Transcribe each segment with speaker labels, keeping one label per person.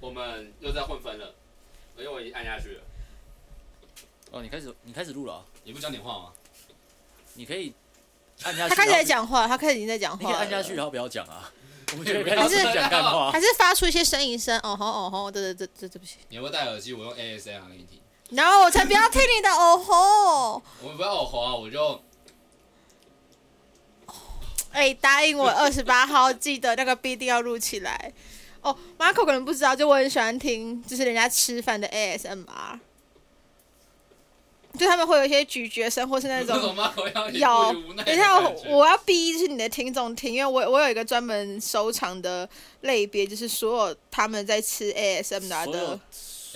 Speaker 1: 我们又在混分了，因为我已经按下去了。
Speaker 2: 哦，你开始你开始录了、啊，
Speaker 3: 你不讲点话吗？
Speaker 2: 你可以按下去。
Speaker 4: 他开始在
Speaker 2: 然后，
Speaker 4: 讲话，他开始已经在讲
Speaker 2: 你可
Speaker 4: 话
Speaker 2: 以
Speaker 4: 了。
Speaker 2: 按下去，然后不要讲啊。我们就
Speaker 3: 还
Speaker 2: 开始
Speaker 4: 是
Speaker 2: 讲干话。
Speaker 4: 还是发出一些呻吟声，哦吼哦吼，对对对对，对不起。
Speaker 3: 你要不要戴耳机？我用 ASMR 给你听。
Speaker 4: 然后我才不要听你的哦吼！
Speaker 3: 我们不要我滑，我就
Speaker 4: 哎、答应我二十八号记得那个必定要录起来。哦，Marco 可能不知道，就我很喜欢听，就是人家吃饭的 ASMR，就他们会有一些咀嚼声，或是那
Speaker 3: 那
Speaker 4: 种
Speaker 3: 种吗？我要一
Speaker 4: 有
Speaker 3: 副无奈的
Speaker 4: 等一下，
Speaker 3: 感
Speaker 4: 我
Speaker 3: 觉
Speaker 4: 我要逼就是你的听众听，因为我我有一个专门收藏的类别，就是所有他们在吃 ASMR
Speaker 2: 所有
Speaker 4: 的。
Speaker 3: 欸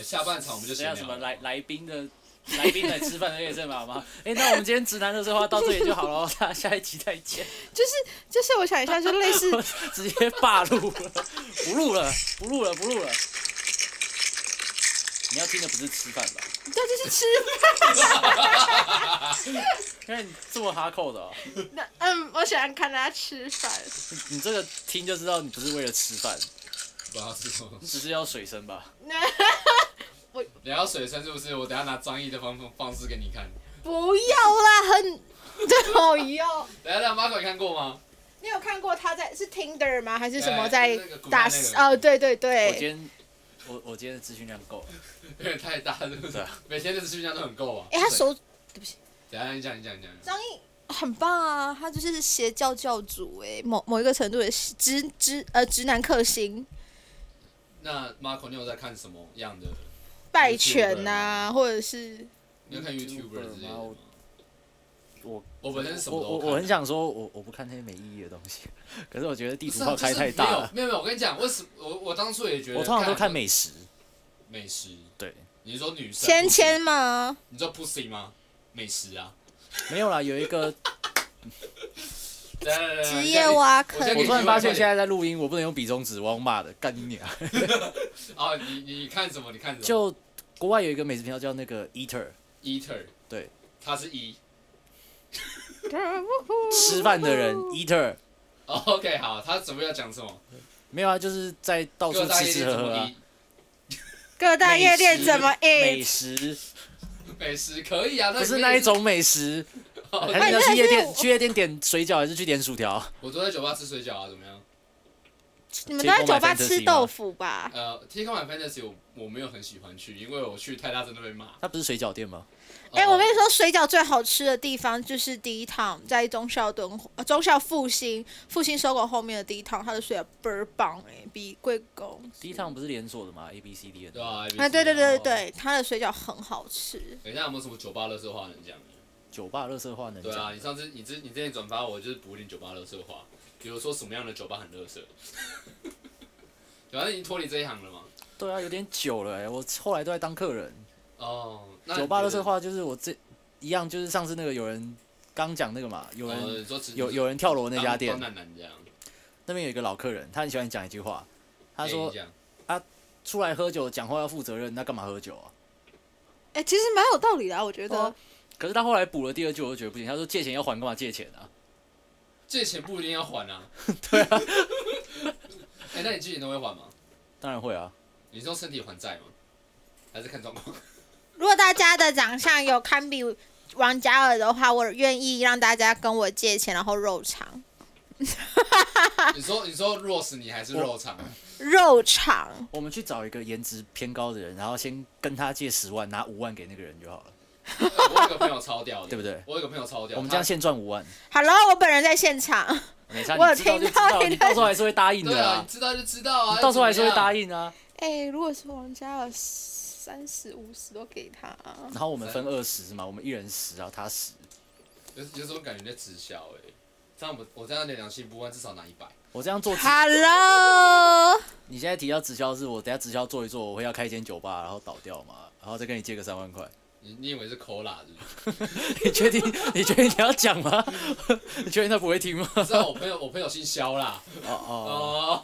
Speaker 3: 下半场我们就
Speaker 2: 等一
Speaker 3: 闲
Speaker 2: 下
Speaker 3: 聊
Speaker 2: 什么来来宾的来宾来吃饭的 ASMR 吗？哎、那我们今天直男的对话到这里就好了，哦大家下一集再见。
Speaker 4: 就是我想一下，就 类似
Speaker 2: 直接罢录了，不录了，不录了，不录了。你要听的不是吃饭吧？
Speaker 4: 对，就是吃
Speaker 2: 因为你这么哈扣的、哦，
Speaker 4: 那嗯，我喜欢看他吃饭。
Speaker 2: 你这个听就知道你不是为了吃饭，
Speaker 3: 不要吃什么东
Speaker 2: 你
Speaker 3: 西。
Speaker 2: 只是要水声吧？
Speaker 3: 你要水声是不是？我等下拿张译的方方式给你看。
Speaker 4: 不要啦，很讨厌。
Speaker 3: 等下，那 Marco 你看过吗？
Speaker 4: 你有看过他在是 Tinder 吗？还是什么
Speaker 3: 哎
Speaker 4: 在
Speaker 3: 那个古
Speaker 4: 打
Speaker 3: 代那？个
Speaker 4: 哦，对对
Speaker 2: 我今
Speaker 4: 对。
Speaker 2: 天我我今天的资讯量够了，
Speaker 3: 有点太大，是不
Speaker 2: 对
Speaker 3: 是
Speaker 2: 啊？
Speaker 3: 每天的资讯量都很够啊。
Speaker 4: 哎，他手
Speaker 3: 等下你讲，你讲，你讲。你讲
Speaker 4: 张译很棒啊，他就是邪教教主哎，某某一个程度的直直呃直男克星。
Speaker 3: 那 Marco 你有在看什么样的？
Speaker 4: 拜犬呐、或者是
Speaker 3: 你有看 YouTuber 之类的吗？
Speaker 2: 我
Speaker 3: 我本身什
Speaker 2: 我
Speaker 3: 么都
Speaker 2: 我
Speaker 3: 看啊
Speaker 2: 我很想说我我不看那些没意义的东西，可是我觉得地
Speaker 3: 不是
Speaker 2: 图
Speaker 3: 啊
Speaker 2: 炮开太大了
Speaker 3: 就。是没有没有没有，我跟你讲，我什我我当初也觉得，
Speaker 2: 我通常都看
Speaker 3: 美
Speaker 2: 美食，
Speaker 3: 美食。
Speaker 2: 对，
Speaker 3: 你是说女生？
Speaker 4: 芊芊吗？
Speaker 3: 你知道 pussy 吗？美食啊。
Speaker 2: 没有啦，有一个
Speaker 3: 来来来来
Speaker 4: 职业挖
Speaker 3: 呃我先给
Speaker 4: 坑
Speaker 2: 我
Speaker 3: 你
Speaker 2: 突然发现现在在录音，我不能用比中指往骂的，干你娘！
Speaker 3: 啊，你你看什么？你看什么？
Speaker 2: 就国外有一个美食频道叫那个 Eater，
Speaker 3: Eater，
Speaker 2: 对，
Speaker 3: 他是 E 一、
Speaker 2: 吃饭的人 Eater，
Speaker 3: 哦 OK，好，他准备要讲什么？
Speaker 2: 没有啊，就是在到
Speaker 3: 各
Speaker 2: 处
Speaker 3: 大
Speaker 2: 吃
Speaker 3: 夜
Speaker 2: 吃
Speaker 3: 店怎
Speaker 2: 喝喝
Speaker 3: 么 E
Speaker 2: 啊
Speaker 3: 一，
Speaker 4: 各大夜店怎么哎
Speaker 2: 美
Speaker 4: eat？
Speaker 2: 食，
Speaker 3: 美食可以啊，
Speaker 2: 不是
Speaker 3: 里面
Speaker 2: 那一。种美食，
Speaker 3: 哦
Speaker 2: 还是你要去夜
Speaker 4: 哎那
Speaker 2: 店
Speaker 4: 是
Speaker 2: 去夜店点水饺还是去点薯条？
Speaker 3: 我昨天在酒吧吃水饺啊，怎么样？
Speaker 4: 你们都在酒吧吃豆腐吧？
Speaker 3: 呃，Take on my fantasy，我我没有很喜欢去，因为我去太大真的被骂。
Speaker 2: 它不是水饺店吗？
Speaker 4: 哎、
Speaker 3: 哦
Speaker 4: 我跟你说，水饺最好吃的地方就是第一趟，在中校敦呃中校复兴复兴收购后面的第一趟，它的水饺倍儿棒哎、比贵公
Speaker 2: 第一趟不是连锁的吗？A B C D
Speaker 3: 对
Speaker 2: 的
Speaker 3: 啊，
Speaker 4: 啊，对对对对
Speaker 3: 哦。
Speaker 4: 对，它的水饺很好吃。
Speaker 3: 等一下有没有什么酒吧乐色话能讲的？
Speaker 2: 酒吧乐色话能
Speaker 3: 对啊，
Speaker 2: 讲
Speaker 3: 你，上次你之你之前转发我就是补一点酒吧乐色话，比如说什么样的酒吧很乐色。 反正已经脱离这一行了嘛。
Speaker 2: 对啊，有点久了哎，我后来都在当客人。
Speaker 3: 哦，那你
Speaker 2: 酒吧
Speaker 3: 觉
Speaker 2: 乐
Speaker 3: 得
Speaker 2: 色，话就是我这一样，就是上次那个有人刚讲那个嘛，有人
Speaker 3: 呃，你说只
Speaker 2: 有有人跳楼那家店
Speaker 3: 当，当男男这样。
Speaker 2: 那边有一个老客人，他很喜欢讲一句话，他
Speaker 3: 哎
Speaker 2: 说
Speaker 3: 你讲
Speaker 2: 出来喝酒讲话要负责任，那干嘛喝酒啊？
Speaker 4: 哎、其实蛮有道理的、啊，我觉得。
Speaker 2: 对啊可是他后来补了第二句，我就觉得不行，他说借钱要还，干嘛借钱啊？
Speaker 3: 借钱不一定要还 啊。对啊。 哎，那你借钱都会还吗？
Speaker 2: 当然会啊，
Speaker 3: 你是用身体还债吗？还是看状 况？
Speaker 4: 如果大家的长相有堪比王嘉尔的话，我愿意让大家跟我借钱，然后肉偿，
Speaker 3: 你说你说 Rose 你还是
Speaker 2: 我
Speaker 3: 肉肠？啊
Speaker 4: 肉偿。
Speaker 2: 我们去找一个颜值偏高的人，然后先跟他借十万，拿五万给那个人就好了，
Speaker 3: 哎 我有个朋友超屌的，
Speaker 2: 对不对？
Speaker 3: 我有个朋友超屌，
Speaker 2: 我们这样
Speaker 3: 啊他
Speaker 2: 现赚五万，
Speaker 4: Hello，我本人在现场。
Speaker 2: 没差，
Speaker 4: 我有
Speaker 2: 你知道就
Speaker 4: 听
Speaker 2: 知
Speaker 4: 到
Speaker 2: 道，
Speaker 4: 你
Speaker 2: 你
Speaker 4: 的
Speaker 2: 到时候还是会答应
Speaker 3: 对
Speaker 2: 的
Speaker 3: 啊，
Speaker 2: 啊
Speaker 3: 你，知道就知道啊，
Speaker 2: 你到时候还是会答
Speaker 3: 应。
Speaker 2: 应啊。
Speaker 4: 哎、如果是王嘉尔，三十五十都给他。
Speaker 2: 然后我们分二十嘛，我们一人十，然后他十。
Speaker 3: 有有种感觉在直销哎、这样我我这样的良心不安，至少拿一百。
Speaker 2: 我这样做直，
Speaker 4: Hello，
Speaker 2: 你现在提到直销是我等下直销做一做，我会要开一间酒吧，然后倒掉嘛，然后再跟你借个三万块。
Speaker 3: 你你以为是 Cola 是不是？
Speaker 2: 你确定？你确定你要讲吗？ 你确定他不会听吗？
Speaker 3: 知道我朋友我朋友姓肖啦。
Speaker 2: 哦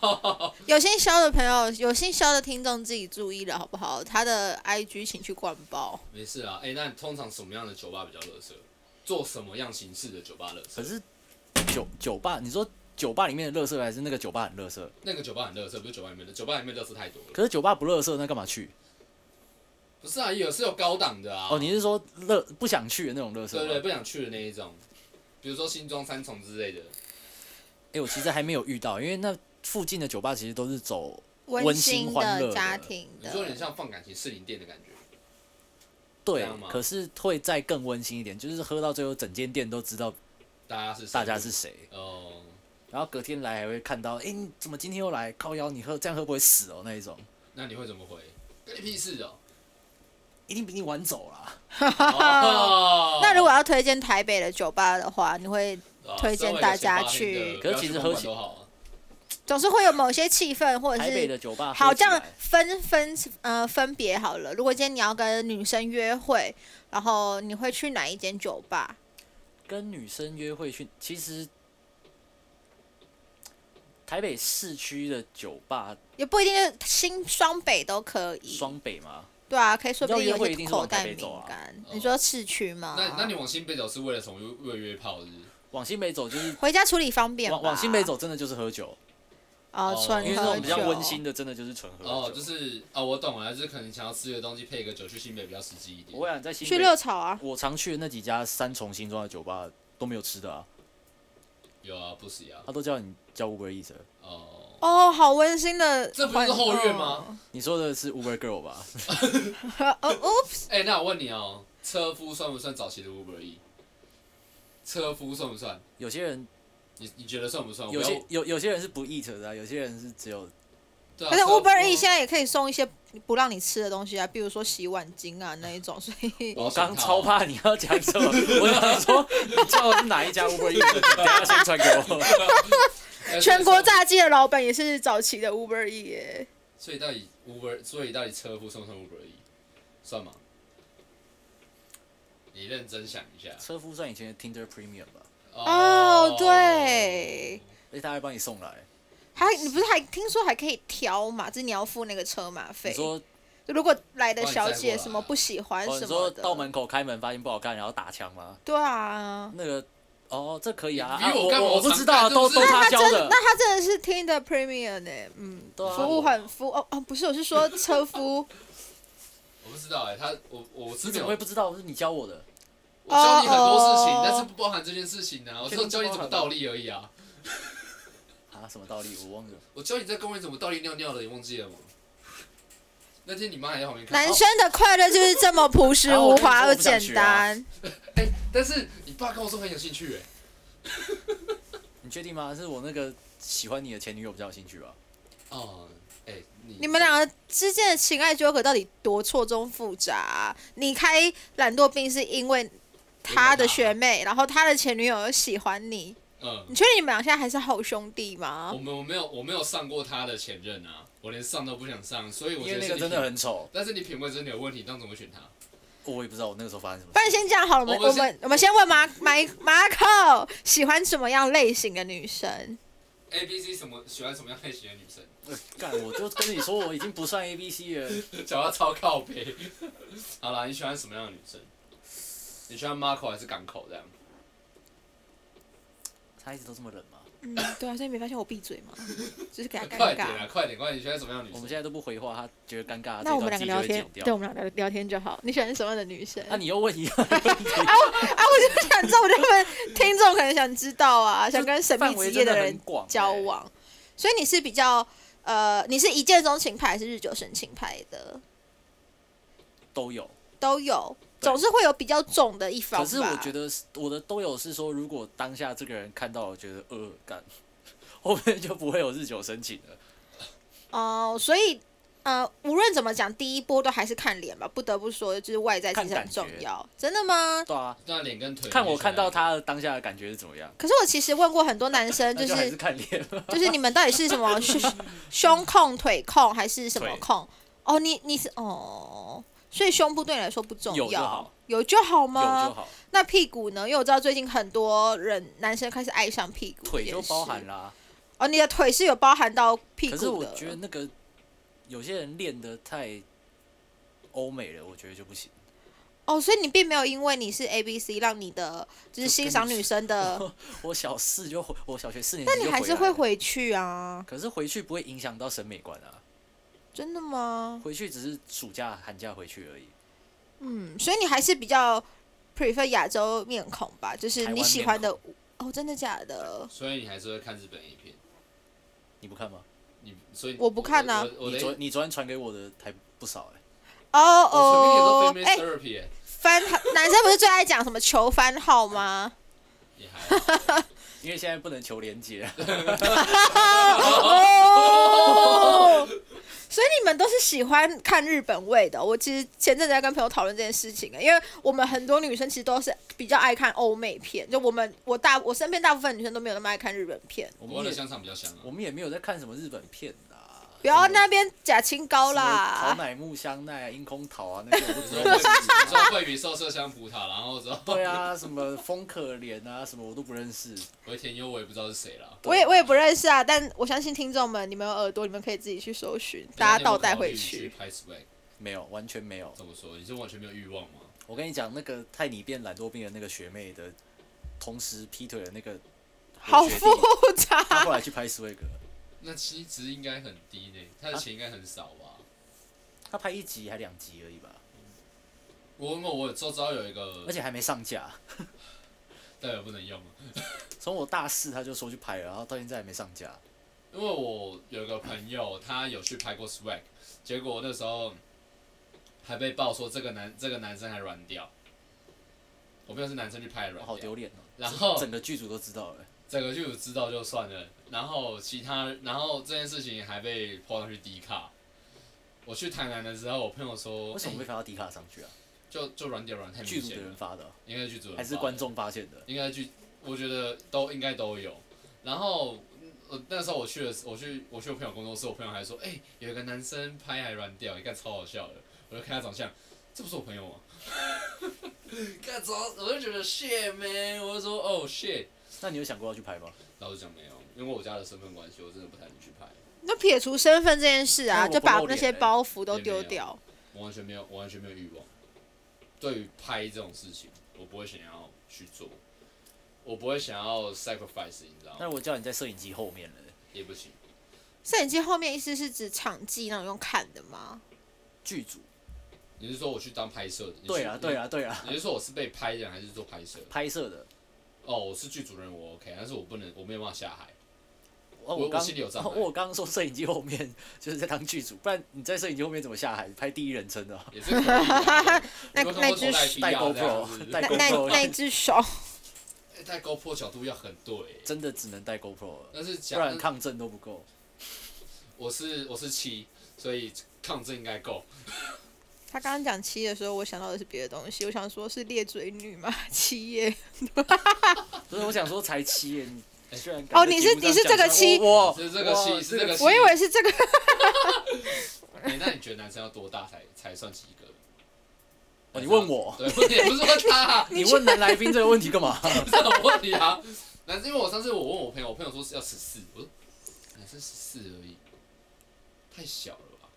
Speaker 2: 哦，
Speaker 3: 哦，
Speaker 4: 有姓肖的朋友，有姓肖的听众自己注意了，好不好？他的 IG 请去灌爆。
Speaker 3: 没事啊。哎、那通常什么样的酒吧比较乐色？做什么样形式的酒吧乐色？
Speaker 2: 可是酒酒吧，你说酒吧里面的垃圾，还是那个酒吧很垃圾？
Speaker 3: 那个酒吧很垃圾，不是酒吧里面的，酒吧里面垃圾太多了。
Speaker 2: 可是酒吧不垃圾，那干嘛去？
Speaker 3: 不是啊，也有是有高档的啊。
Speaker 2: 哦，你是说乐不想去的那种垃圾
Speaker 3: 对
Speaker 2: 吗？
Speaker 3: 对，不想去的那一种，比如说新庄三重之类的。
Speaker 2: 哎、我其实还没有遇到，因为那附近的酒吧其实都是走
Speaker 4: 温
Speaker 2: 温馨
Speaker 4: 馨
Speaker 2: 欢乐
Speaker 4: 的
Speaker 2: 的
Speaker 4: 家庭
Speaker 3: 你
Speaker 4: 的
Speaker 3: 说有点像放感情士林店的感觉，
Speaker 2: 对
Speaker 3: 这样吗，
Speaker 2: 可是会再更温馨一点，就是喝到最后整间店都知道
Speaker 3: 大家是谁
Speaker 2: 大家是谁，
Speaker 3: 哦，
Speaker 2: 然后隔天来还会看到，哎、你怎么今天又来？靠腰，你喝这样喝不会死哦那一种，
Speaker 3: 那你会怎么回？跟你屁事 哦。
Speaker 2: 一定比你晚走啊啦。
Speaker 3: 哦
Speaker 4: 那如果要推荐台北的酒吧的话，你会
Speaker 3: 哦
Speaker 4: 推荐大家去
Speaker 2: 可是其实喝起
Speaker 3: 都好啊。
Speaker 4: 总是会有某些气氛，或者
Speaker 2: 台北
Speaker 4: 是
Speaker 2: 的酒吧
Speaker 4: 好
Speaker 2: 喝起
Speaker 4: 这样
Speaker 2: 来
Speaker 4: 分分呃分别好了。如果今天你要跟女生约会，然后你会去哪一间酒吧？
Speaker 2: 跟女生约会去，其实台北市区的酒吧
Speaker 4: 也不一定是新双北都可以，
Speaker 2: 双北嘛，
Speaker 4: 对啊，可以说不定
Speaker 2: 要约
Speaker 4: 有
Speaker 2: 会
Speaker 4: 些
Speaker 2: 一定是
Speaker 4: 口
Speaker 2: 往台
Speaker 4: 袋
Speaker 2: 北
Speaker 4: 敏
Speaker 2: 走啊
Speaker 4: 感。
Speaker 3: 哦
Speaker 4: 你说市区吗？
Speaker 3: 那那你往新北走是为了什么？为了约炮是不是？
Speaker 2: 往新北走就是
Speaker 4: 回家处理方便吧
Speaker 2: 往往新北走真的就是喝酒，
Speaker 4: 哦
Speaker 3: 哦，
Speaker 4: 纯
Speaker 2: 因为
Speaker 4: 喝
Speaker 2: 那
Speaker 4: 酒
Speaker 2: 种比较温馨的真的就是纯喝酒。
Speaker 3: 哦，就是哦，我懂了，就是可能想要吃的东西配个酒，去新北比较实际一点。
Speaker 2: 我想在新
Speaker 4: 去
Speaker 2: 北，
Speaker 4: 热炒啊，
Speaker 2: 我常去的那几家三重新庄的酒吧都没有吃的啊，
Speaker 3: 有啊，不行啊。
Speaker 2: 他都叫你叫 Uber Eats 了。
Speaker 3: 哦，
Speaker 4: 哦，好温馨的环。
Speaker 3: 这不是后院吗
Speaker 2: 你说的是 Uber Girl 吧？
Speaker 4: 嗯？哦哦，
Speaker 3: 哎、那我问你哦，车夫算不算早期的 Uber E？车夫算不算？
Speaker 2: 有些人
Speaker 3: 你你觉得哦算不算？
Speaker 2: 有
Speaker 3: 我
Speaker 2: 些
Speaker 3: 要
Speaker 2: 有有些人是不 eat 的、啊，有些人是只有
Speaker 3: 对啊，
Speaker 4: 可是
Speaker 3: 车夫
Speaker 4: Uber E 现在也可以送一些不让你吃的东西啊，比如说洗碗巾啊那一种，所以
Speaker 3: 保
Speaker 2: 我
Speaker 3: 险
Speaker 2: 刚
Speaker 3: 套
Speaker 2: 超怕你要讲什 么，我想说你叫的是哪一家 Uber Eats，你等一下先传给我。
Speaker 3: 哎所以
Speaker 4: 全国
Speaker 3: 说
Speaker 4: 炸鸡的老板也是早期的 Uber E 耶。
Speaker 3: 所以到底 Uber，所以到底车夫算不算 Uber E？算吗？你认真想一下。
Speaker 2: 车夫算以前的 Tinder Premium 吧，
Speaker 4: 哦，。对，
Speaker 2: 而且他还帮你送来。
Speaker 4: 还你不是还听说还可以挑嘛，就是你要付那个车马
Speaker 2: 你
Speaker 4: 费。
Speaker 2: 说
Speaker 4: 如果来的小
Speaker 3: 帮你载
Speaker 4: 姐
Speaker 3: 过来
Speaker 4: 什么不喜欢
Speaker 2: 哦，你
Speaker 4: 什么
Speaker 2: 说
Speaker 4: 的，
Speaker 2: 到门口开门发现不好看，然后打枪吗？
Speaker 4: 对啊。
Speaker 2: 那个哦，这可以啊，
Speaker 3: 你
Speaker 2: 啊
Speaker 3: 比我干嘛
Speaker 2: 我
Speaker 3: 我
Speaker 2: 不
Speaker 3: 常
Speaker 2: 知道啊，
Speaker 3: 干
Speaker 2: 都
Speaker 3: 是不
Speaker 2: 都
Speaker 3: 是
Speaker 2: 他教的。
Speaker 4: 那他真的是听的 Premium 呢、嗯，
Speaker 2: 对啊哦
Speaker 4: 服务很服哦哦，不是，我是 说车夫
Speaker 3: 我不知道哎、他我我是
Speaker 2: 你
Speaker 3: 没
Speaker 2: 怎
Speaker 3: 有
Speaker 2: 么会，不知道？是你教我的。
Speaker 3: 我教你很多事情
Speaker 4: 哦哦哦
Speaker 3: 但是不包含这件事情啊。我只
Speaker 2: 确
Speaker 3: 有
Speaker 2: 定
Speaker 3: 教你怎
Speaker 2: 不包
Speaker 3: 么
Speaker 2: 含
Speaker 3: 倒立而已啊。
Speaker 2: 啊，什么道理？我忘了。
Speaker 3: 我教你在公园怎么倒立尿尿的，你忘记了吗？那天你妈还在旁边看
Speaker 4: 男，生的快乐就是这么朴实无华
Speaker 2: 啊我跟你说
Speaker 4: 又
Speaker 2: 我不想
Speaker 4: 简
Speaker 2: 学啊
Speaker 4: 单。
Speaker 3: 哎、但是你爸跟我说很有兴趣哎、
Speaker 2: 你确定吗？是我那个喜欢你的前女友比较有兴趣吧？
Speaker 3: 哦，哎、你
Speaker 4: 你们两个之间的情爱纠葛到底多错综复杂啊、你开懒惰病是因为他的学妹，然后他的前女友又喜欢你，
Speaker 3: 嗯
Speaker 4: 你，确定你们俩现在还是好兄弟吗
Speaker 3: 我？们我没有我没有上过他的前任啊，我连上都不想上，所以我
Speaker 2: 因
Speaker 3: 觉
Speaker 2: 为
Speaker 3: 得
Speaker 2: 那
Speaker 3: 是
Speaker 2: 个
Speaker 3: 你
Speaker 2: 真的
Speaker 3: 品，
Speaker 2: 很丑，
Speaker 3: 但是你品味真的有问题，你当怎么会选他？
Speaker 2: 我也不知道我那个时候发生什么
Speaker 4: 不然
Speaker 2: 事。
Speaker 4: 先这样好了，我们
Speaker 3: 我
Speaker 4: 我
Speaker 3: 们先
Speaker 4: 们我们先问马马马可喜欢什么样类型的女生？
Speaker 3: A B C 什么喜欢什么样类型的女生？
Speaker 2: 干，我就跟你说，我已经不算 A B C 了。
Speaker 3: 讲到超靠背。 好啦，你喜欢什么样的女生？你喜欢 Marco 还是港口这样？
Speaker 2: 他一直都这么冷吗？
Speaker 4: 嗯，对啊，所以没发现我闭嘴吗？就是给他
Speaker 3: 快点
Speaker 4: 尴尬。
Speaker 3: 啊，快点，快点！你喜欢什么样的女
Speaker 2: 我
Speaker 3: 生
Speaker 2: 们？现在都不回话，他觉得尴尬，
Speaker 4: 那我们两
Speaker 2: 这
Speaker 4: 个
Speaker 2: 一段
Speaker 4: 聊
Speaker 2: 自己就会
Speaker 4: 天
Speaker 2: 剪，
Speaker 4: 对，
Speaker 2: 掉。
Speaker 4: 我们两个聊天就好。你喜欢什么样的 女生？
Speaker 2: 那、你又问一个
Speaker 4: 啊，我就想知道，我就问听众可能想知道 啊，想跟神秘
Speaker 2: 范
Speaker 4: 职
Speaker 2: 围
Speaker 4: 业
Speaker 2: 真的很
Speaker 4: 人
Speaker 2: 广、欸，
Speaker 4: 交往，所以你是比较呃，你是一见钟情派还是日久生情派的？
Speaker 2: 都有。
Speaker 4: 都有，
Speaker 2: 对
Speaker 4: 总是会有比较重的一方吧。
Speaker 2: 可是我觉得是我的都有是说，如果当下这个人看到了觉得呃干，后面就不会有日久生情了。
Speaker 4: 哦、所以呃，无论怎么讲，第一波都还是看脸吧，不得不说，就是外在其实
Speaker 2: 看
Speaker 4: 很
Speaker 2: 感
Speaker 4: 重
Speaker 2: 觉
Speaker 4: 要。真的吗？
Speaker 2: 对啊，
Speaker 3: 那脸跟腿。
Speaker 2: 看我看
Speaker 3: 啊
Speaker 2: 到，他当下的感觉是怎么样，
Speaker 4: 可是我其实问过很多男 生，
Speaker 2: 那
Speaker 4: 就
Speaker 2: 就还是
Speaker 4: 是
Speaker 2: 看脸。
Speaker 4: 就是你们到底是什么胸胸控、腿控还是什么
Speaker 2: 腿
Speaker 4: 控？哦，你你是哦，所以胸部对你来说不重要，
Speaker 2: 有就好
Speaker 4: 有就好
Speaker 2: 有
Speaker 4: 吗？
Speaker 2: 就好，
Speaker 4: 那屁股呢？因为我知道最近很多人男生开始爱上屁股
Speaker 2: 腿
Speaker 4: 这件事，
Speaker 2: 就包含啦。
Speaker 4: 哦，你的腿是有包含到屁
Speaker 2: 可
Speaker 4: 股的。
Speaker 2: 是我觉得那个有些人练得太欧美了，我觉得就不行。
Speaker 4: 哦，所以你并没有因为你是 A B C 让你的就是
Speaker 2: 就
Speaker 4: 欣
Speaker 2: 跟
Speaker 4: 赏
Speaker 2: 你
Speaker 4: 女生的，
Speaker 2: 我我小四就回，我小学四年
Speaker 4: 那
Speaker 2: 级
Speaker 4: 你
Speaker 2: 就
Speaker 4: 还
Speaker 2: 回
Speaker 4: 是
Speaker 2: 来
Speaker 4: 会
Speaker 2: 了，
Speaker 4: 回去啊？
Speaker 2: 可是回去不会影响到审美观啊，
Speaker 4: 真的吗？
Speaker 2: 回去只是暑假寒假回去而已。
Speaker 4: 嗯，所以你还是比较 prefer 亚洲面孔吧，就是
Speaker 2: 台
Speaker 4: 你
Speaker 2: 湾
Speaker 4: 喜
Speaker 2: 面
Speaker 4: 欢的哦，真的假的？
Speaker 3: 所以你还是会看日本 A 片，
Speaker 2: 你不看吗？
Speaker 3: 你所以
Speaker 4: 我不看啊
Speaker 3: 我我
Speaker 2: 你
Speaker 3: 的
Speaker 2: 昨你昨天传给我的还不少哎、
Speaker 4: 哦
Speaker 3: 我
Speaker 4: 哦
Speaker 3: 曾，经也
Speaker 4: 哎
Speaker 3: 是 family therapy，、欸、
Speaker 4: 翻男生不是最爱讲什么求番 号吗？
Speaker 3: 也还好
Speaker 2: 因为现在不能求连接、
Speaker 4: 哦，所以你们都是喜欢看日本味的哦。我其实前阵子在跟朋友讨论这件事情、因为我们很多女生其实都是比较爱看欧美片，就我们我大我身边大部分女生都没有那么爱看日本片。
Speaker 2: 我
Speaker 3: 我
Speaker 2: 们
Speaker 3: 的
Speaker 2: 也
Speaker 3: 香肠比较香啊
Speaker 2: 我。们也没有在看什么日本片啦，
Speaker 4: 不要
Speaker 2: 什么
Speaker 4: 那边假清高
Speaker 2: 什么
Speaker 4: 啦
Speaker 2: 桃，乃木香奈啊、樱空桃啊那些我
Speaker 3: 你
Speaker 2: 都不
Speaker 3: 说
Speaker 2: 认
Speaker 3: 惠
Speaker 2: 识。
Speaker 3: 比 你说惠比寿麝香葡萄，然后之后
Speaker 2: 对啊，什么风可怜啊，什么我都不认识。
Speaker 3: 回田优我也不知道是谁了。
Speaker 4: 我也我也不认识啊，但我相信听众们，你们有耳朵，你们可以自己去搜寻， 大家倒带回
Speaker 3: 你有没有
Speaker 4: 去。
Speaker 3: 考虑去拍 swag
Speaker 2: 没有，完全没有。
Speaker 3: 怎么说？你是完全没有欲望吗？
Speaker 2: 我跟你讲，那个泰尼变懒惰病的那个学妹的，同时劈腿的那个，
Speaker 4: 好
Speaker 2: 我学弟
Speaker 4: 复
Speaker 2: 她
Speaker 4: 杂，
Speaker 2: 后来去拍 swag，了
Speaker 3: 那其实应该很低呢，他的钱应该很少
Speaker 2: 啊
Speaker 3: 吧？
Speaker 2: 她拍一集还两集而已吧，
Speaker 3: 我问过我周遭有一个，
Speaker 2: 而且还没上架。
Speaker 3: 代表不能用啊，
Speaker 2: 从我大四她就说去拍了，然后到现在还没上架。
Speaker 3: 因为我有一个朋友，他有去拍过 swag，结果那时候还被爆说这个男这个男生还软掉。我朋友是男生去拍
Speaker 2: 我
Speaker 3: 软
Speaker 2: 好
Speaker 3: 掉，
Speaker 2: 丢脸哦。
Speaker 3: 然后
Speaker 2: 整个剧组都知道了，
Speaker 3: 整个就知道就算了，然后其他，然后这件事情还被抛上去低卡。我去台南的时候，我朋友说，
Speaker 2: 为什么
Speaker 3: 欸
Speaker 2: 会发到迪卡上去啊？
Speaker 3: 就就软点软太
Speaker 2: 剧
Speaker 3: 明
Speaker 2: 组的
Speaker 3: 显
Speaker 2: 人
Speaker 3: 了？
Speaker 2: 发的哦，
Speaker 3: 应该是剧组人
Speaker 2: 还是
Speaker 3: 发
Speaker 2: 观
Speaker 3: 的？
Speaker 2: 众发现的？
Speaker 3: 应该剧，我觉得都应该都有。然后嗯我那时候我去的时，我去我去我朋友工作室，我朋友还说，哎、有一个男生拍还软掉，你看超好笑的。我就看他长相，这不是我朋友吗？ 看超，我就觉得 shit man，我就说哦、shit。
Speaker 2: 那你有想过要去拍吗？
Speaker 3: 老实讲没有，因为我家的身份关系，我真的不太能去拍，
Speaker 4: 那撇除身份这件事啊，
Speaker 2: 因为我
Speaker 4: 就
Speaker 2: 不露
Speaker 4: 把
Speaker 2: 脸
Speaker 4: 那些
Speaker 2: 欸
Speaker 4: 包袱都
Speaker 3: 也没有
Speaker 4: 丢掉。
Speaker 3: 我完全没有，我完全没有欲望。对于拍这种事情，我不会想要去做，我不会想要 sacrifice，你知道
Speaker 2: 那
Speaker 3: 吗？
Speaker 2: 我叫你在摄影机后面了，
Speaker 3: 也不行，
Speaker 4: 摄影机后面意思是指场记那种用看的 吗？
Speaker 2: 剧组。
Speaker 3: 你是说我去当拍摄的？你是
Speaker 2: 对啊，对。啊，对啊，
Speaker 3: 你是说我是被拍人还是做拍摄？
Speaker 2: 拍摄的。
Speaker 3: 哦，我是剧主任，我 OK，但是我不能，我没有办法下海。
Speaker 2: 哦，
Speaker 3: 我
Speaker 2: 我刚
Speaker 3: 我心里有障碍
Speaker 2: 哦 我刚刚说摄影机后面 就是在当剧组，不然你在摄影机后面怎么下海拍第一人称的啊？
Speaker 3: 也是可以 的。
Speaker 4: 那
Speaker 3: 你有没有看过
Speaker 4: 那
Speaker 3: 头戴皮
Speaker 4: 只手
Speaker 2: 带
Speaker 3: 啊这样
Speaker 2: GoPro，
Speaker 3: 子
Speaker 2: 带
Speaker 4: 那
Speaker 2: GoPro
Speaker 4: 那
Speaker 2: 了
Speaker 4: 那一只手，
Speaker 3: 哎 带 GoPro 角度要很对，
Speaker 2: 真的只能带 GoPro 了，
Speaker 3: 但是
Speaker 2: 不
Speaker 3: 假
Speaker 2: 然抗震都不够。
Speaker 3: 我是我是七，所以抗争应该够。
Speaker 4: 他刚刚讲七的时候，我想到的是别的东西，我想说是裂嘴女吗？七 耶，
Speaker 2: 不是，我想说才七 耶，你你居然敢
Speaker 4: 哦
Speaker 2: 在
Speaker 4: 你
Speaker 2: 节
Speaker 4: 是
Speaker 2: 目上
Speaker 4: 你是
Speaker 2: 讲
Speaker 4: 这个
Speaker 2: 出
Speaker 4: 七
Speaker 2: 哇，
Speaker 3: 哎是这个
Speaker 2: 哦哇
Speaker 3: 七是这个七
Speaker 4: 我以为是这个。
Speaker 3: 哎，那你觉得男生要多大才才算及格？
Speaker 2: 哦你问 我
Speaker 3: 对，不是不是问 他，啊
Speaker 2: 你问男来宾这个问题干 嘛？
Speaker 3: 不是我问你啊。男生，因为我上次我问我朋友，我朋友说是要十四，我说男生十四而已，太小了吧？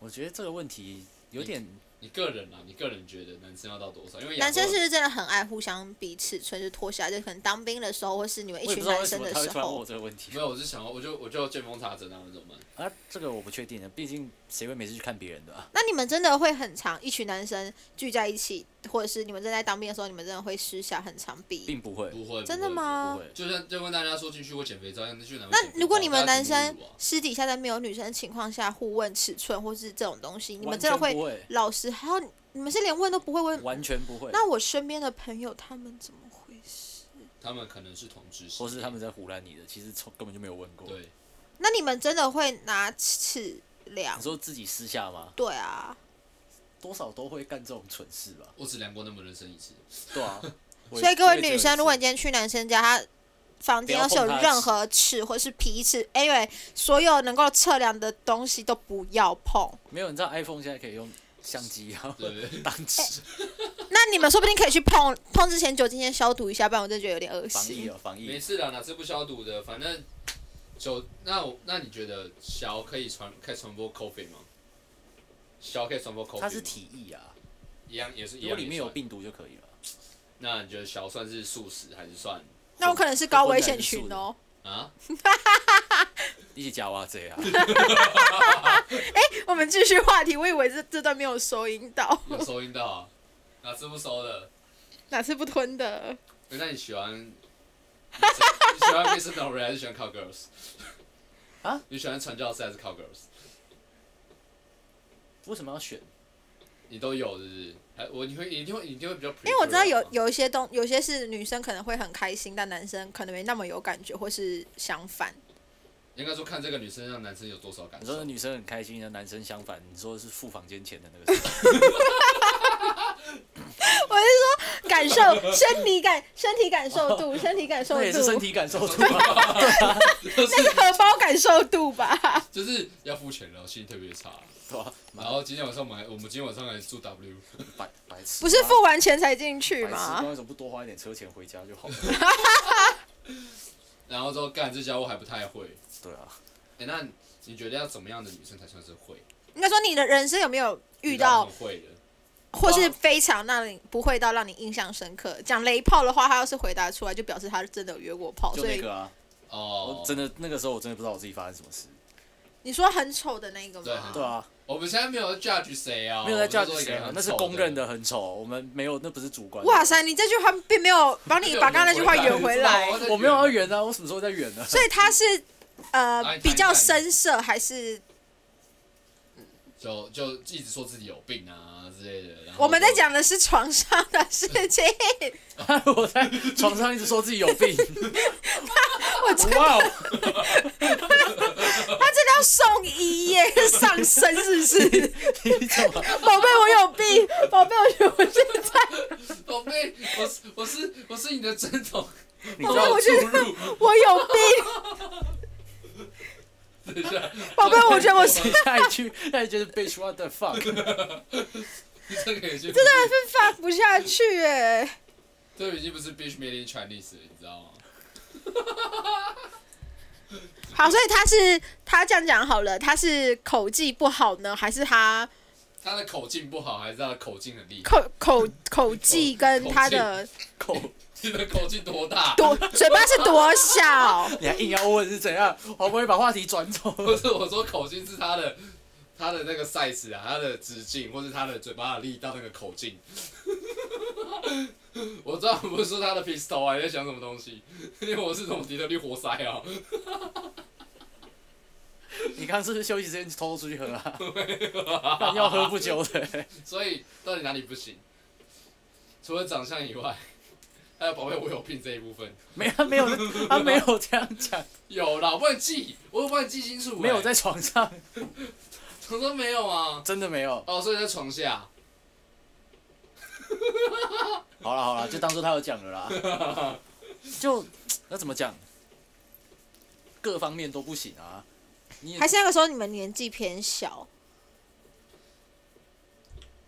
Speaker 2: 我觉得这个问题有点
Speaker 3: 你个人啊，你个人觉得男生要到多少？因为亚
Speaker 4: 男
Speaker 3: 洲人
Speaker 4: 生是不是真的很爱互相比尺寸，就脱下来，就可能当兵的时候，或是你们一
Speaker 2: 我也不
Speaker 4: 群
Speaker 2: 知道
Speaker 4: 男
Speaker 2: 为什
Speaker 4: 生
Speaker 2: 么
Speaker 4: 的
Speaker 2: 他会
Speaker 4: 时
Speaker 2: 突然问
Speaker 4: 候
Speaker 2: 我，这个问题
Speaker 3: 没有，我是想要，我就我就见缝插针啊，那怎么办？
Speaker 2: 啊，这个我不确定的，毕竟谁会每次去看别人的啊？
Speaker 4: 那你们真的会很常一群男生聚在一起，或者是你们正在当兵的时候，你们真的会私下很常比？
Speaker 2: 并不会，
Speaker 3: 不会，
Speaker 4: 真的
Speaker 3: 不会？
Speaker 2: 不
Speaker 4: 吗？
Speaker 2: 会。
Speaker 3: 就像就跟大家说进去过减肥照一样，那去哪会减
Speaker 4: 那
Speaker 3: 肥照？
Speaker 4: 如果你们
Speaker 3: 大家
Speaker 4: 男
Speaker 3: 怎么
Speaker 4: 生
Speaker 3: 录啊
Speaker 4: 私底下在没有女生的情况下互问尺寸或是这种东西，你们
Speaker 2: 完
Speaker 4: 真的
Speaker 2: 全
Speaker 4: 会
Speaker 2: 不会，
Speaker 4: 老师还有你们是连问都不会问？
Speaker 2: 完全不会。
Speaker 4: 那我身边的朋友他们怎么回事？
Speaker 3: 他们可能是同志，
Speaker 2: 或是他们在胡乱你的，其实从根本就没有问过。
Speaker 3: 对，
Speaker 4: 那你们真的会拿尺量
Speaker 2: 你？说自己私下吗？
Speaker 4: 对啊，
Speaker 2: 多少都会干这种蠢事吧？
Speaker 3: 我只量过那么人生一次，
Speaker 2: 对 啊。我也
Speaker 4: 所以各位
Speaker 2: 我也只有
Speaker 4: 女
Speaker 2: 一
Speaker 4: 生，
Speaker 2: 次
Speaker 4: 如果你今天去男生家，他房间要是有
Speaker 2: 不要碰他的
Speaker 4: 任何尺或是皮尺，anyway，所有能够测量的东西都不要碰。
Speaker 2: 没有，你知道 iPhone 现在可以用相机然后
Speaker 3: 对不对？
Speaker 4: 哎
Speaker 2: 当尺
Speaker 4: 那你们说不定可以去碰碰之前酒精先消毒一下，不然我真的觉得有点恶
Speaker 2: 防疫
Speaker 4: 心。
Speaker 2: 哦，防
Speaker 3: 没
Speaker 2: 疫。
Speaker 3: 事的，哪次不消毒的？反正酒，那我那你觉得小可以传可以传播 COVID 吗？小可以传播 COVID 吗？
Speaker 2: 它是体液啊，
Speaker 3: 一样也是一
Speaker 2: 如
Speaker 3: 样也
Speaker 2: 果
Speaker 3: 算。
Speaker 2: 里面有病毒就可以了。
Speaker 3: 那你觉得小算是素食还是算
Speaker 4: 那我可能是高危险群哦。
Speaker 3: 啊？
Speaker 2: 一起加哇这 啊，
Speaker 4: 我们继续话题，我以为这这段没有收音到，
Speaker 3: 有收音到啊？哪次不收的？
Speaker 4: 哪次不吞的？
Speaker 3: 欸那你喜欢你喜欢 Mason d o r y 还是喜欢 Cowgirls？
Speaker 2: 啊？
Speaker 3: 你喜欢传教士还是 Cowgirls？
Speaker 2: 为什么要选？
Speaker 3: 你都有是不是？还我你会你一定会你一定会比较，因
Speaker 4: 因为我知道有有一些东，有些是女生可能会很开心，但男生可能没那么有感觉，或是相反。
Speaker 3: 应该说看这个女生让男生有多少感
Speaker 2: 你说
Speaker 3: 受
Speaker 2: 那。女生很开心的，男生相反，你说是付房间钱的那个事情，
Speaker 4: 感受身体感，身体感受度，身体感受
Speaker 2: 哦那也是身
Speaker 4: 度，
Speaker 2: 体感 受度啊。
Speaker 3: 就是
Speaker 4: 荷包感受度吧。
Speaker 3: 就是要付钱了，心情特别差。
Speaker 2: 对啊 吧？
Speaker 3: 然后今天晚上我们还我们今天晚上还住 W，
Speaker 2: 白白痴，啊
Speaker 4: 不是付完钱才进去
Speaker 2: 白痴，
Speaker 4: 吗？
Speaker 2: 为什么不多花一点车钱回家就好了？
Speaker 3: 然后之后干这家伙还不太会。
Speaker 2: 对啊，
Speaker 3: 哎、那你觉得要怎么样的女生才算是会？
Speaker 4: 应该说你的人生有没有遇
Speaker 3: 到
Speaker 4: 到
Speaker 3: 很，会的，
Speaker 4: 或是非常让你不会到让你印象深刻？讲雷炮的话，他要是回答出来，就表示他真的有约过炮。
Speaker 2: 就
Speaker 4: 所
Speaker 2: 那
Speaker 4: 以
Speaker 2: 个啊，
Speaker 3: 哦
Speaker 2: 我，真的那个时候我真的不知道我自己发生什么事。
Speaker 4: 你说很丑的那个
Speaker 3: 对
Speaker 4: 吗
Speaker 3: 很？
Speaker 2: 对啊，
Speaker 3: 我们现在没有 judge 谁啊，
Speaker 2: 没有在
Speaker 3: 我们就
Speaker 2: judge
Speaker 3: 说一个
Speaker 2: 谁
Speaker 3: 人
Speaker 2: 啊，
Speaker 3: 很
Speaker 2: 那是
Speaker 3: 丑
Speaker 2: 公认的很丑，我们没有，那不是主观的。
Speaker 4: 哇塞，你这句话并没有帮你把刚刚那句话圆回来，
Speaker 3: 知道
Speaker 2: 我没有要圆啊，我什么时候在圆呢？
Speaker 4: 所以他是
Speaker 3: 来
Speaker 4: 呃
Speaker 3: 你
Speaker 4: 比较
Speaker 3: 看一下
Speaker 4: 深色还是
Speaker 3: 就就一直说自己有病啊之类的。然后
Speaker 4: 我们在
Speaker 3: 就，
Speaker 4: 讲的是床上的事情，
Speaker 2: 我在床上一直说自己有 病。哇哦，
Speaker 4: 他真的要送医耶，上身是不是？
Speaker 2: 你怎么？
Speaker 4: 宝贝，我有病，宝贝，我觉得我现在，
Speaker 3: 宝贝，我是我是我是你的针筒，
Speaker 2: 你
Speaker 4: 宝
Speaker 2: 知
Speaker 4: 贝，
Speaker 2: 道
Speaker 4: 我觉得我有病，
Speaker 3: 等一下，
Speaker 4: 宝贝，我觉得我是
Speaker 2: 下一句，下一句是 bitch what the fuck？
Speaker 3: 这个已经
Speaker 4: 真的是放不下去耶。
Speaker 3: 这个已经不是 bitch made in Chinese 了，你知道吗？
Speaker 4: 好，所以他是他这样讲好了，他是口技不好呢，还是他
Speaker 3: 他的口径不好，还是他的口径很厉害？
Speaker 4: 口口口技跟他的
Speaker 2: 口，
Speaker 3: 你的口径多大？
Speaker 4: 多嘴巴是多小？
Speaker 2: 你还硬要问是怎样？好不容易把话题转走
Speaker 3: 不是我说口径是他的他的那个 size 啊，他的直径，或是他的嘴巴的力道那个口径。 我知道不是说他的 pistol 啊，你在想什么东西？因为我是从底特律活塞啊。
Speaker 2: 你刚刚是不是休息时间偷偷出去喝啊？
Speaker 3: 啊
Speaker 2: 干要喝不久的、
Speaker 3: 所以到底哪里不行？除了长相以外，还有宝贝我有病这一部分。
Speaker 2: 没他没有他没有这样讲，
Speaker 3: 有啦，我帮你记，我有帮你记清楚、
Speaker 2: 没有，在床上，
Speaker 3: 床上没有啊。
Speaker 2: 真的没有。
Speaker 3: 哦，所以在床下。
Speaker 2: 好了好了，就当做他有讲了啦。 就那怎么讲？各方面都不行啊。你也
Speaker 4: 还是那个时候你们年纪偏小？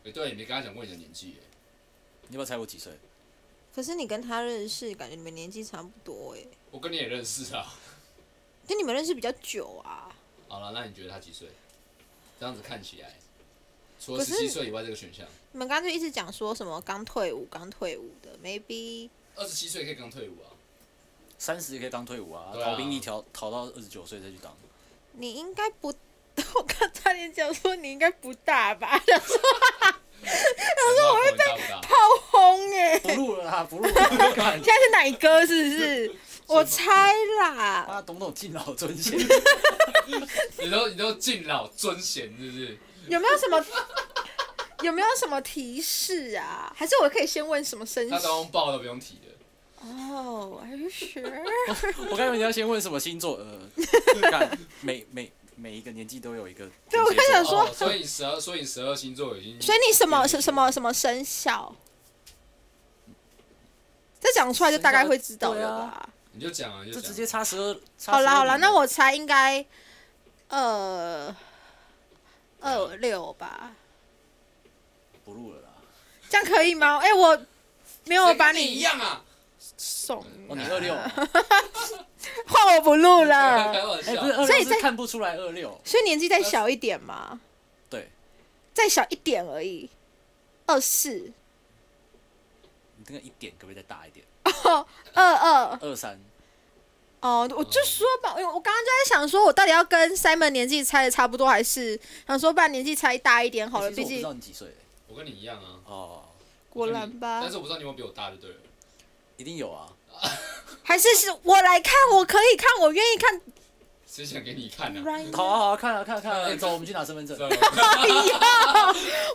Speaker 3: 哎、对，你没跟他讲过你的年纪欸耶。
Speaker 2: 你要不要猜我几岁？
Speaker 4: 可是你跟他认识，感觉你们年纪差不多哎，
Speaker 3: 我跟你也认识啊。
Speaker 4: 就你们认识比较久啊。
Speaker 3: 好了，那你觉得他几岁？这样子看起来，除了
Speaker 4: 可
Speaker 3: 十
Speaker 4: 是
Speaker 3: 七岁以外这个选项，
Speaker 4: 你们刚才一直讲说什么刚退伍、刚退伍的，maybe
Speaker 3: 二十七岁可以刚退伍啊。
Speaker 2: 三十也可以当退伍啊，
Speaker 3: 对啊
Speaker 2: 逃兵一条逃到二十九岁再去 当。
Speaker 4: 你应该不， 我刚差点讲说你应该不大吧， 然后
Speaker 3: 可是我会被大不大？
Speaker 4: 轰哎、
Speaker 2: 不录了啦，不录了。 干
Speaker 4: 现在是奶哥是不 是？我猜啦，
Speaker 2: 啊，懂不懂敬老 尊贤？
Speaker 3: 你都你都敬老尊贤是不是？
Speaker 4: 有没有什么？ 有没有什么提示啊？还是我可以先问什么身
Speaker 3: 他
Speaker 4: 世？
Speaker 3: 刚刚报都不用提的。
Speaker 4: 哦、还 a r e
Speaker 2: 我刚才你要先问什么星座？ 呃，干每每每一个年纪都有一个。
Speaker 4: 对我刚想说
Speaker 3: 哦，所以你十二，所以你十二星座已经。
Speaker 4: 所以你什 么什什么什么生肖？这讲出来就大概会知道了
Speaker 2: 生肖啊
Speaker 4: 吧？
Speaker 3: 你就讲啊，你就
Speaker 2: 这
Speaker 3: 讲。
Speaker 2: 哦直接差十二。差
Speaker 4: 好啦
Speaker 2: 12
Speaker 4: 好啦，
Speaker 2: 年
Speaker 4: 那我猜应该呃二六吧，
Speaker 2: 不录了啦。
Speaker 4: 这样可以吗？哎、我没有
Speaker 3: 谁
Speaker 4: 把
Speaker 3: 跟你一
Speaker 4: 你
Speaker 3: 样啊！
Speaker 4: 送，
Speaker 2: 哦，你二 六，哎，
Speaker 4: 换我哎不 录了，
Speaker 3: 开玩笑
Speaker 2: 不是，二
Speaker 4: 所
Speaker 2: 六
Speaker 4: 以在
Speaker 2: 是看不出来二六。
Speaker 4: 所以年纪再小一点嘛，
Speaker 2: 对，
Speaker 4: 再小一点而已。二四
Speaker 2: 你这个一点可不可以再大一点？
Speaker 4: 二二
Speaker 2: 二三，
Speaker 4: 哦，我就说吧，因为我刚刚就在想，说我到底要跟 Simon 年纪猜的差不多，还是想说不然年纪猜大一点好了，
Speaker 2: 欸其实
Speaker 4: 毕
Speaker 2: 我不知
Speaker 4: 竟
Speaker 2: 道你几岁欸
Speaker 3: 我跟你一样啊，
Speaker 2: 哦，
Speaker 4: 果然
Speaker 2: 嗯
Speaker 4: 吧
Speaker 3: 但，是我不知道你有没有比我大就对了。
Speaker 2: 一定有啊。
Speaker 4: 还是是我来看，我可以看，我愿意 看
Speaker 3: 只想给你看 啊。
Speaker 4: Ryan
Speaker 2: 好啊好啊，看啊看啊看啊，
Speaker 3: 嗯
Speaker 2: 欸走，我们去拿身份证。
Speaker 3: 知道吗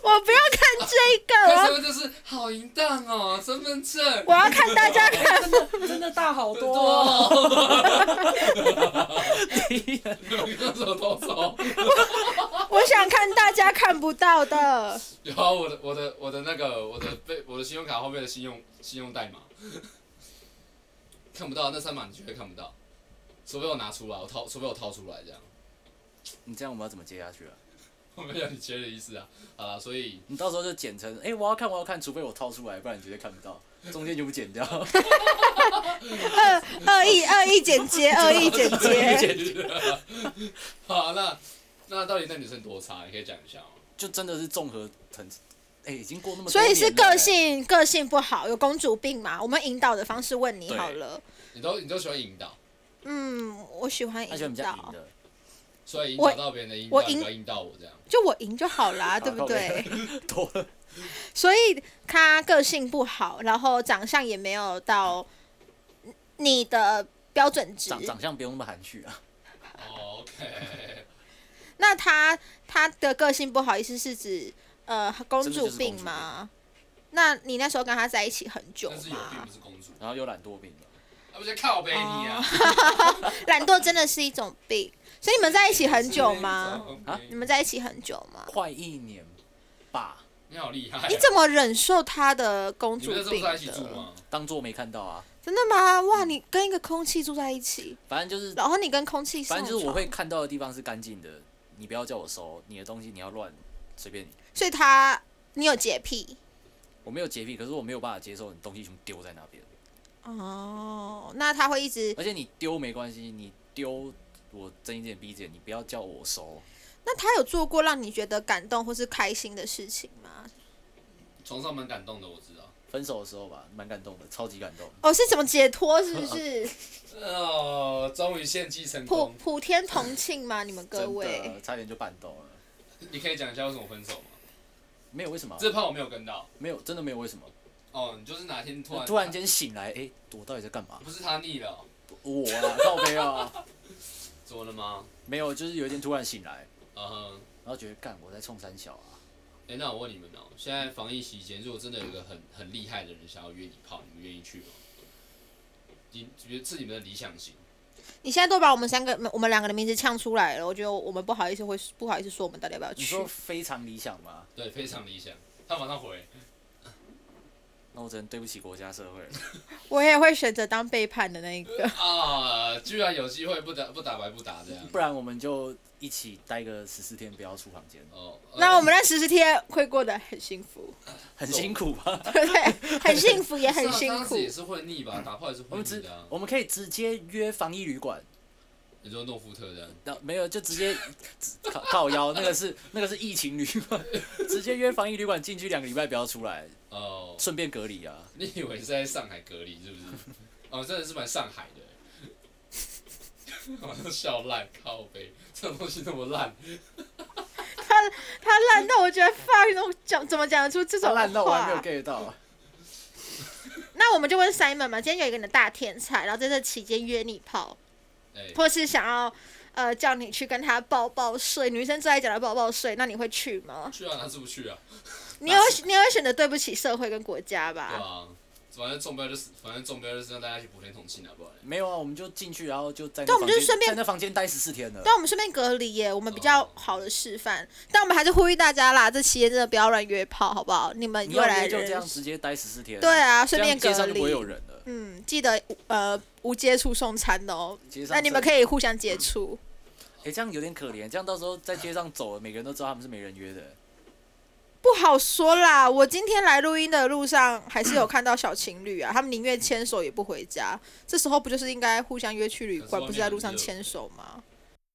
Speaker 4: 我不要看这个，
Speaker 3: 但
Speaker 4: 我
Speaker 3: 是我就是好淫荡哦，身份证
Speaker 4: 我要看大家看，
Speaker 2: 真的大好多哦。
Speaker 3: 多，
Speaker 2: 第一人
Speaker 3: 用手偷走。
Speaker 4: 我想看大家看不到的。
Speaker 3: 然后我的啊我的我的那个我的被我的信用卡后面的信用信用代码看不到，那三码你绝对看不到，除非我拿出来，我掏，除非我掏出来这样。
Speaker 2: 你这样我们要怎么接下去啊？
Speaker 3: 我没有你接的意思啊。好了，所以
Speaker 2: 你到时候就剪成，哎、我要看我要看，除非我掏出来，不然你绝对看不到，中间就不剪掉。
Speaker 4: 二二亿二亿剪接，二 亿剪接，
Speaker 3: 好，那那到底那女生多差？你可以讲一下吗？
Speaker 2: 就真的是综合层次，哎、已经过那么多
Speaker 4: 所
Speaker 2: 年了
Speaker 4: 以是个，性个性不好，有公主病嘛？我们引导的方式问你
Speaker 2: 对
Speaker 4: 好了。
Speaker 3: 你都你都喜欢引导，
Speaker 4: 嗯，我喜欢
Speaker 2: 他喜欢
Speaker 4: 引
Speaker 2: 比较赢
Speaker 4: 导，
Speaker 2: 的，
Speaker 3: 所以引
Speaker 4: 我
Speaker 3: 导到别人的引导，
Speaker 4: 我
Speaker 3: 你
Speaker 4: 引
Speaker 3: 不要引导我这样。
Speaker 4: 就我赢就好啦， 啊对不
Speaker 2: 靠
Speaker 4: 对
Speaker 2: 背？ 多了
Speaker 4: 所以他个性不好，然后长相也没有到你的标准值。
Speaker 2: 长长相不用那么含蓄啊。
Speaker 3: 哦 OK，
Speaker 4: 那他他的个性不好，意思是指呃公主病吗？那你那时候跟他在一起很久
Speaker 3: 但是有病
Speaker 4: 吗
Speaker 3: 不？是公主，
Speaker 2: 然后又懒惰病了，
Speaker 3: 那不就靠背你
Speaker 4: 哦
Speaker 3: 啊？
Speaker 4: 懒惰真的是一种病，所以你们在一起很久吗？
Speaker 3: 啊
Speaker 4: 你们在一起很久吗？
Speaker 2: 快一年吧，
Speaker 3: 你好厉害！
Speaker 4: 你怎么忍受他的公
Speaker 3: 你
Speaker 4: 主
Speaker 3: 们那时候
Speaker 4: 病
Speaker 3: 在一起住
Speaker 4: 的？
Speaker 3: 吗？
Speaker 2: 当做没看到啊。
Speaker 4: 真的吗？哇，你跟一个空气住在一起，
Speaker 2: 反正就是，
Speaker 4: 然后你跟空气上
Speaker 2: 反
Speaker 4: 床，
Speaker 2: 正就是我会看到的地方是干净的，你不要叫我收，你的东西你要乱，随便你。
Speaker 4: 所以他你有洁癖
Speaker 2: 我没有洁癖，可是我没有办法接受你东西全部丢在那边，
Speaker 4: 哦，那他会一直，
Speaker 2: 而且你丢没关系，你丢我睁一只眼闭一只眼，你不要叫我收。
Speaker 4: 那他有做过让你觉得感动或是开心的事情吗？
Speaker 3: 床上蛮感动的，我知道。
Speaker 2: 分手的时候吧，蛮感动的，超级感动。
Speaker 4: 哦，是怎么解脱？是不是
Speaker 2: 呃
Speaker 3: 哦，终于献祭成
Speaker 4: 普
Speaker 3: 功。
Speaker 4: 普天同庆吗？你们
Speaker 2: 嗯
Speaker 4: 各
Speaker 2: 真
Speaker 4: 位
Speaker 2: 的，差点就绊倒了。
Speaker 3: 你可以讲一下为什么分手吗？
Speaker 2: 没有为什么啊，
Speaker 3: 这怕我没有跟到。
Speaker 2: 没有真的没有为什么，
Speaker 3: 哦，你就是哪天突 然
Speaker 2: 突然，间醒来，哎、我到底在干嘛？
Speaker 3: 不是他腻了哦、
Speaker 2: 我啊，靠背啊，
Speaker 3: 怎么了吗？
Speaker 2: 没有，就是有一天突然醒来，
Speaker 3: 嗯哼。
Speaker 2: 然后觉得干我在冲三小啊，
Speaker 3: 哎、那我问你们哦、现在防疫期间，如果真的有一个很很厉害的人想要约你泡，你们愿意去吗？你觉得是你们的理想型？
Speaker 4: 你现在都把我们三个、我们两个的名字呛出来了，我觉得我们不好意思会不好意思说我们到底要不要
Speaker 2: 你
Speaker 4: 去
Speaker 2: 说。非常理想吗？
Speaker 3: 对，非常理想。他马上 回，
Speaker 2: 那我只能对不起国家社会了。
Speaker 4: 我也会选择当背叛的那一
Speaker 2: 呃
Speaker 4: 个。
Speaker 3: 啊，居然有机会不打不打白不打这样。
Speaker 2: 不然我们就一起待个十四天，不要出房间，
Speaker 3: 哦，
Speaker 2: 呃
Speaker 4: 那我
Speaker 3: 们
Speaker 4: 们那十四天会过得很 幸福，
Speaker 2: 很辛苦 吧？
Speaker 4: 对不对？很幸福也
Speaker 2: 啊
Speaker 4: 很辛苦。
Speaker 3: 也是会腻 吧？打炮也是会
Speaker 2: 我们
Speaker 3: 腻
Speaker 2: 直
Speaker 3: 的、啊。
Speaker 2: 我们可以直接约防疫旅馆，
Speaker 3: 你说诺夫特这样，
Speaker 2: 那没有就直接靠靠腰，那个是那个是疫情旅馆，直接约防疫旅馆进去两个礼拜不要出来，
Speaker 3: 哦，
Speaker 2: 顺便隔离啊。
Speaker 3: 你以为是在上海隔离是不 是？哦，真的是蛮上海的， 好像笑烂靠背，这种东西那么烂，
Speaker 4: 他烂到我觉得 fuck 都讲怎么讲得出这种话？
Speaker 2: 啊烂到我还没有 get 到啊。
Speaker 4: 那我们就问 Simon 嘛，今天有一个你的大天才，然后在这期间约你泡，
Speaker 3: 哎、
Speaker 4: 或是想要呃叫你去跟他抱抱睡，女生最爱讲的抱抱睡，那你会去吗？
Speaker 3: 去啊，他是不去啊？
Speaker 4: 你也会你也会选择对不起社会跟国家
Speaker 3: 对
Speaker 4: 吧？
Speaker 3: 啊，反正中标就是，反正中标就是让大家一起普天同庆啊，不然嘞。
Speaker 2: 没有啊，我们就进去，然后就在那
Speaker 4: 对我
Speaker 2: 房
Speaker 4: 们
Speaker 2: 间
Speaker 4: 就是顺便
Speaker 2: 在那房间待十四天了。
Speaker 4: 但我们顺便隔离耶，我们比较好的示范。但我们还是呼吁大家啦，这期间真的不要乱约炮，好不好？你们
Speaker 2: 你
Speaker 4: 未
Speaker 2: 要
Speaker 4: 来
Speaker 2: 约就
Speaker 4: 人
Speaker 2: 这样直接待十四天。
Speaker 4: 对啊，
Speaker 2: 这
Speaker 4: 顺
Speaker 2: 样
Speaker 4: 便
Speaker 2: 街
Speaker 4: 隔
Speaker 2: 上就不会有
Speaker 4: 离。
Speaker 2: 人了。
Speaker 4: 嗯，记得呃无接触送餐哦，
Speaker 2: 街上
Speaker 4: 那你们可
Speaker 2: 以，
Speaker 4: 以互相接触。
Speaker 2: 哎、这样有点可怜，这样到时候在街上走，每个人都知道他们是没人约的。
Speaker 4: 不好说啦，我今天来录音的路上，还是有看到小情侣啊，他们宁愿牵手也不回家。这时候不就是应该互相约去旅馆，
Speaker 3: 可是外面
Speaker 4: 不是在路上牵手吗？